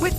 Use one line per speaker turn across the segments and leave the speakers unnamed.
With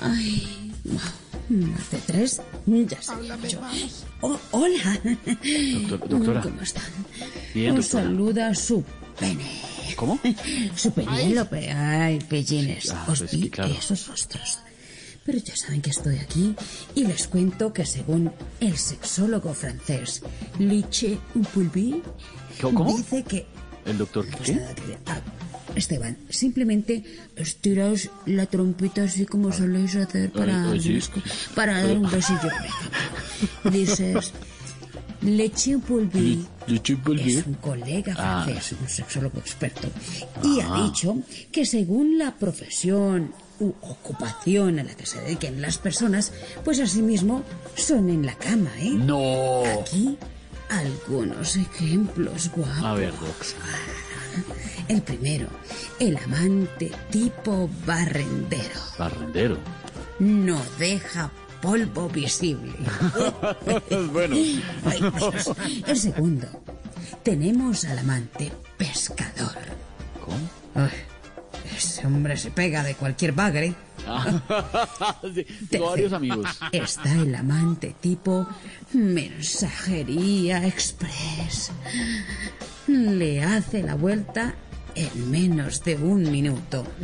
Ay, más de tres. Ya sabía yo. Oh, hola.
Doctor- doctora.
¿Cómo están?
Bien,
Os
doctora.
saluda su pene.
¿Cómo?
Su Penélope. Ay, pellines.
ah,
Os
es
vi
que claro.
esos rostros. Pero ya saben que estoy aquí y les cuento que según el sexólogo francés Liche Poulby,
¿Cómo?
dice que
¿El doctor
pues
qué?
nada, que- ah, Esteban, simplemente estiraos la trompeta así como soléis hacer para,
ay, sí.
para dar un besillo. Dices, Leche Pulvi
Le Chipolvier.
es un colega
Ah,
francés,
sí.
un sexólogo experto, y ha dicho que según la profesión u ocupación a la que se dediquen las personas, pues asimismo son en la cama, ¿eh?
No.
Aquí algunos ejemplos guapos.
A ver, Doc.
El primero, el amante tipo barrendero.
Barrendero.
No deja polvo visible.
bueno.
Ay, Dios. El segundo, tenemos al amante pescador.
¿Cómo?
Ay, ese hombre se pega de cualquier bagre.
Tengo varios
Tercero,
amigos.
Está el amante tipo mensajería express. Le hace la vuelta en menos de un minuto.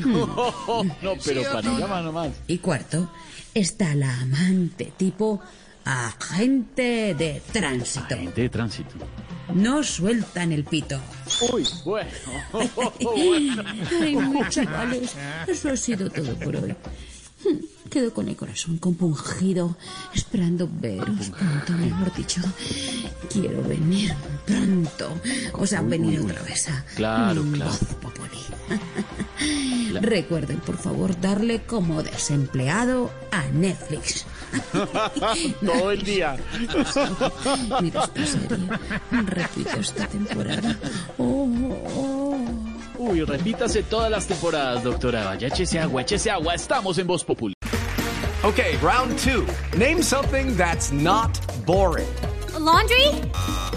No, pero panorama nomás.
Y cuarto, está la amante tipo agente de tránsito.
Agente de tránsito.
No sueltan el pito.
Uy, bueno.
Ay, mis chavales, eso ha sido todo por hoy. Hmm, Quedo con el corazón compungido, esperando veros pronto, mejor dicho. Quiero venir pronto. O sea, venir otra vez a
Claro, claro.
Voz Populi. Recuerden, por favor, darle como desempleado a Netflix.
Todo el día.
Mira esta serie. Repito esta temporada. Oh, oh, oh.
Uy, repítase todas las temporadas, doctora. Vaya, échese agua, échese agua. Estamos en Voz Populi.
Okay, round two. Name something that's not boring.
A laundry?